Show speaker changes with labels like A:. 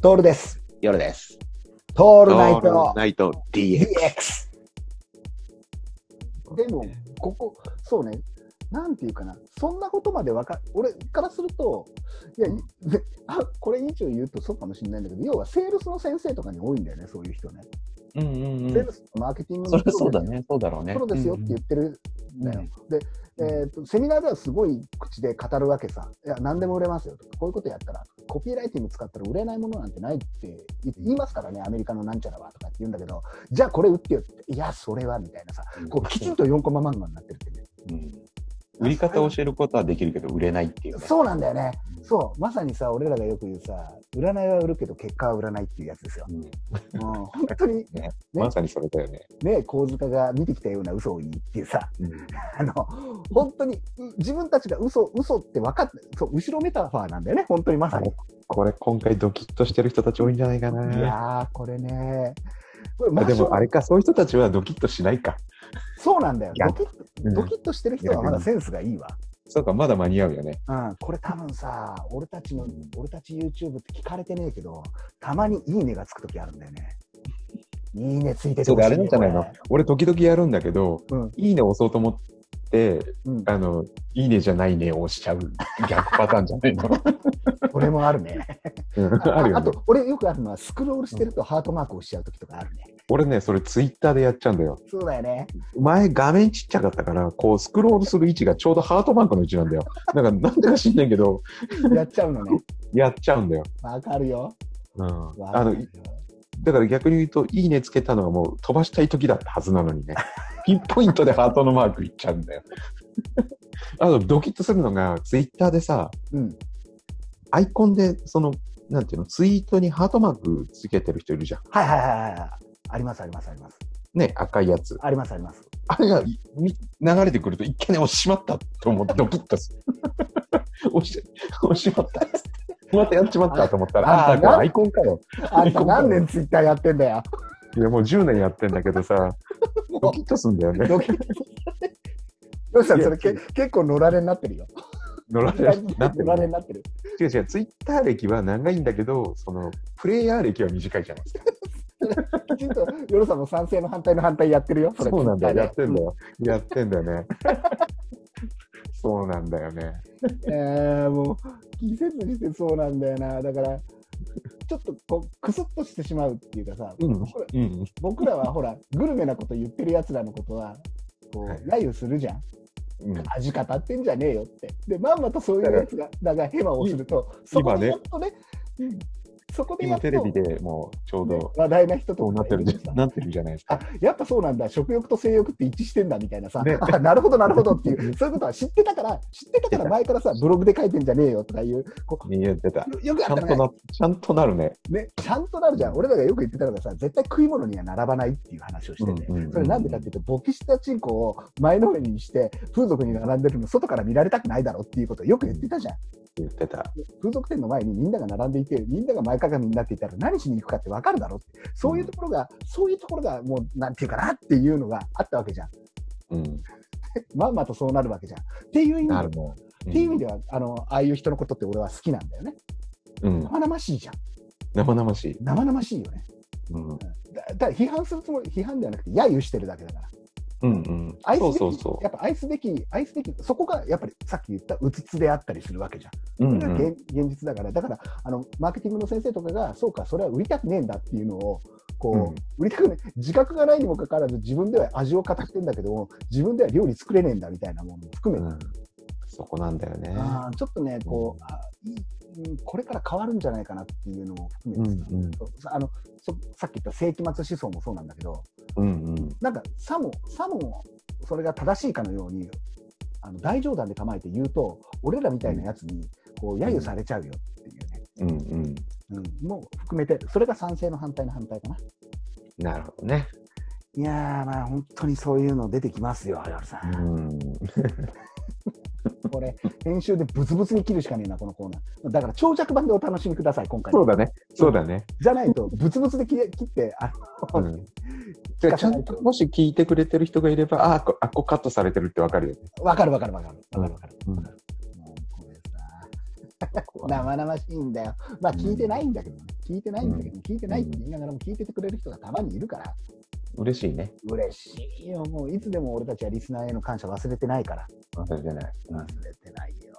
A: トールです。
B: 夜です。
A: ト
B: オ
A: ールナイト
B: ナイト DX。
A: DX。でも、ここ、そうね、なんていうかな、そんなことまでわか、俺からすると、い や、いあこれ以上言うとそうかもしれないんだけど、要はセールスの先生とかに多いんだよね、そういう人ね。
B: うんうん
A: セー。ルスとマーケティング
B: そ
A: の
B: りゃそうだ
A: ね
B: ね。そうだろうね。
A: プロですよって言ってるんだよ。で、えーと、セミナーではすごい口で語るわけさ、いや、何でも売れますよとか、こういうことやったら、コピーライティング使ったら売れないものなんてないって言言いますからね、アメリカのなんちゃらはとかって言うんだけど、じゃあこれ売ってよって、いや、それはみたいなさ、
B: うん
A: こうきちんと4コマ漫画になってるってね。
B: うん売り方を教えることはできるけど、売れないっていうね。
A: そうなんだよね。そう、まさにさ、俺らがよく言うさ、占いは売るけど結果は売らないっていうやつですよ。
B: うん
A: うん、本当に
B: まさにそれだよね。
A: ね、小塚が見てきたような嘘を言いっていうさ、
B: うん
A: あの、本当に、う自分たちが嘘、嘘って分かって、そう、後ろメタファーなんだよね、本当にまさに。
B: これ、今回ドキッとしてる人たち多いんじゃないか
A: い
B: な。
A: やー、これね。これ、
B: あ
A: ま
B: でも、あ
A: あ、
B: れか、そういう人たちはドキッとしないか。
A: そうなんだよ。
B: いや
A: ドキッ、ドキッとしてる人はまだセンスがいいわ。
B: そうか、まだ間に合うよね。
A: うん、これ多分さ、俺たちの、俺たち YouTube って聞かれてねえけど、たまにいいねがつくときあるんだよね。いいねついてて
B: そう
A: ほ
B: か、
A: し
B: あ
A: いね、
B: れなんじゃないの
A: こ
B: 俺、時々やるんだけど
A: うん、
B: いいね押そうと思って、
A: れうん、
B: あの、いいねじゃないねを押しちゃう逆パターンじゃないの
A: これもあるね。
B: うん あるよ
A: あ
B: ね。
A: と、俺よくあるのは、スクロールしてるとハートマークをしちゃうときとかあるね。
B: 俺ね、それツイッターでやっちゃうんだよ。
A: そうだよね。
B: 前画面ちっちゃかったから、こうスクロールする位置がちょうどハートマークの位置なんだよ。なんかなんでか知んないけど、
A: やっちゃうの ね。
B: やっちゃうんだよ。
A: わかるよ。
B: うん。
A: わ
B: あ
A: か
B: の、
A: るよ
B: だから逆に言うと、いいねつけたのはもう飛ばしたい時だったはずなのにね。 ピンポイントでハートのマークいっちゃうんだよ。 あと、ドキッとするのが、ツイッターでさ、
A: うん。
B: アイコンで、その、なんていうの、ツイートにハートマークつけてる人いるじゃん。
A: はいはいはいはい。ありますありますあります。
B: ね、赤いやつ。
A: ありますあります。
B: あれがいみ流れてくると、一見ね、押しまったと思って、ドキッとする。 押し、押しまったっつって。またやっちまったと思ったら、
A: あ
B: あんたこれ
A: なん
B: アイコンかよ。
A: あんた何年ツイッターやってんだ よ。
B: いや、もう10年やってんだけどさ、ドキッとすんだよね。
A: ドキドキどうしたのそれけ結構野良れになってるよ。
B: 乗られなってる
A: 野良れになってる。
B: 違う違う、ツイッター歴は長いんだけど、その、プレイヤー歴は短いじゃないですか。
A: きちんとヨロさんも賛成の反対の反対やってるよ。れ
B: そうなんだよ、やってんだ。
A: Twitter
B: よ。やってんだよね。そうなんだよね。
A: でえー、もう、季節にしてそうなんだよな。だから、ちょっとこう、くすっとしてしまうっていうかさ、
B: うん。
A: これ
B: うん。
A: 僕らはほら、グルメなこと言ってるやつらのことは、こ、
B: はいう
A: 揶揄するじゃん。
B: うん、
A: 味語ってんじゃねえよって。で、まんまとそういうやつが、だがヘマをすると、そこ
B: 今
A: で
B: ね
A: やっとね、うんそこでや
B: 今
A: っと、
B: テレビでもうちょう
A: ね
B: ど、
A: 話題な人と
B: そうな
A: か
B: ってる
A: い
B: じ
A: るし
B: ゃ
A: さ
B: ん、なってるじゃないです
A: あ
B: か。
A: やっぱそうなんだ、食欲と性欲って一致してんだみたいなさ、
B: ね
A: あなるほど、なるほどっていう、そういうことは知ってたから、知ってたから前からさ、ブログで書いてんじゃねえよとかいう、こ
B: 言ってた。
A: うよく
B: ち
A: あ
B: ゃ
A: っ
B: ん
A: た
B: と
A: ね
B: な、ちゃんとなるね。
A: ね、ちゃんとなるじゃん、俺らがよく言ってたのがさ、絶対食い物には並ばないっていう話をしてて、
B: うんうんうん
A: それなんでかっていうと、勃起したチンコを前のめりにして、風俗に並んでるの、外から見られたくないだろっていうことをよく言ってたじゃん。
B: 言ってた。
A: 風俗店の前にみんなが並んでいて、みんなが前かがみになっていたら何しに行くかって分かるだろうって、そういうところが、そういうところがもう、なんていうかなっていうのがあったわけじゃん。
B: うん。
A: まんまとそうなるわけじゃん。っていう意味で、
B: なる
A: っ
B: もん。
A: ていう意味では、あの、ああいう人のことって俺は好きなんだよね。
B: うん。
A: 生々しいじゃん。
B: 生々しい。
A: 生々しいよね。
B: うん。うん
A: だだから批判するつもり、批判ではなくて、揶揄してるだけだから。
B: うん。
A: 愛すべ
B: そう
A: き
B: そうそ
A: やっぱ愛すべき、愛すべき、そこがやっぱりさっき言ったうつつであったりするわけじゃん。
B: う。うん
A: そうれが
B: ん。
A: 現現実だから、だからあの、マーケティングの先生とかが、そうか、それは売りたくねえんだっていうのを、こう、売りたくねえ、自覚がないにもかかわらず、自分では味を語ってんだけども、自分では料理作れねえんだみたいなものも含め
B: う
A: て、
B: んそこなんだよね。
A: あーちょっとね、こう、あいいうんこれから変わるんじゃないかなっていうのも含
B: う
A: め
B: ん
A: て
B: う
A: さ、
B: ん。
A: そうさあのそさっき言った世紀末思想もそうなんだけど、
B: うんうん。
A: なんかさも、さもそれが正しいかのように、あの大冗談で構えて言うと、俺らみたいなやつに、こう、揶揄されちゃうよっていうね。
B: うんうん。
A: うん、もう含めて、それが賛成の反対の反対かな。
B: なるほどね。
A: いやー、まあ本当にそういうの出てきますよ、ヨルさ。
B: うんん。
A: これ、編集でブツブツに切るしかねえな、このコーナー。だから、長尺版でお楽しみください、今回。
B: そうだね。そうだね。
A: じゃないと、ブツブツで切れ切って、あ
B: う
A: の、
B: ん。じゃあちゃんともし聞いてくれてる人がいれば、ああ、こあっこカットされてるってわかるよね。
A: わかるわかるわかる。わかるわかる。
B: うん
A: もうこれさ生々しいんだよ。まあ聞いてないんだけどね。聞いてないんだけど、聞いてないって言いながらも聞いててくれる人がたまにいるから、
B: 嬉しいね。
A: 嬉しいよ。もういつでも俺たちはリスナーへの感謝忘れてないから。
B: 忘れてない。
A: 忘れてないよ。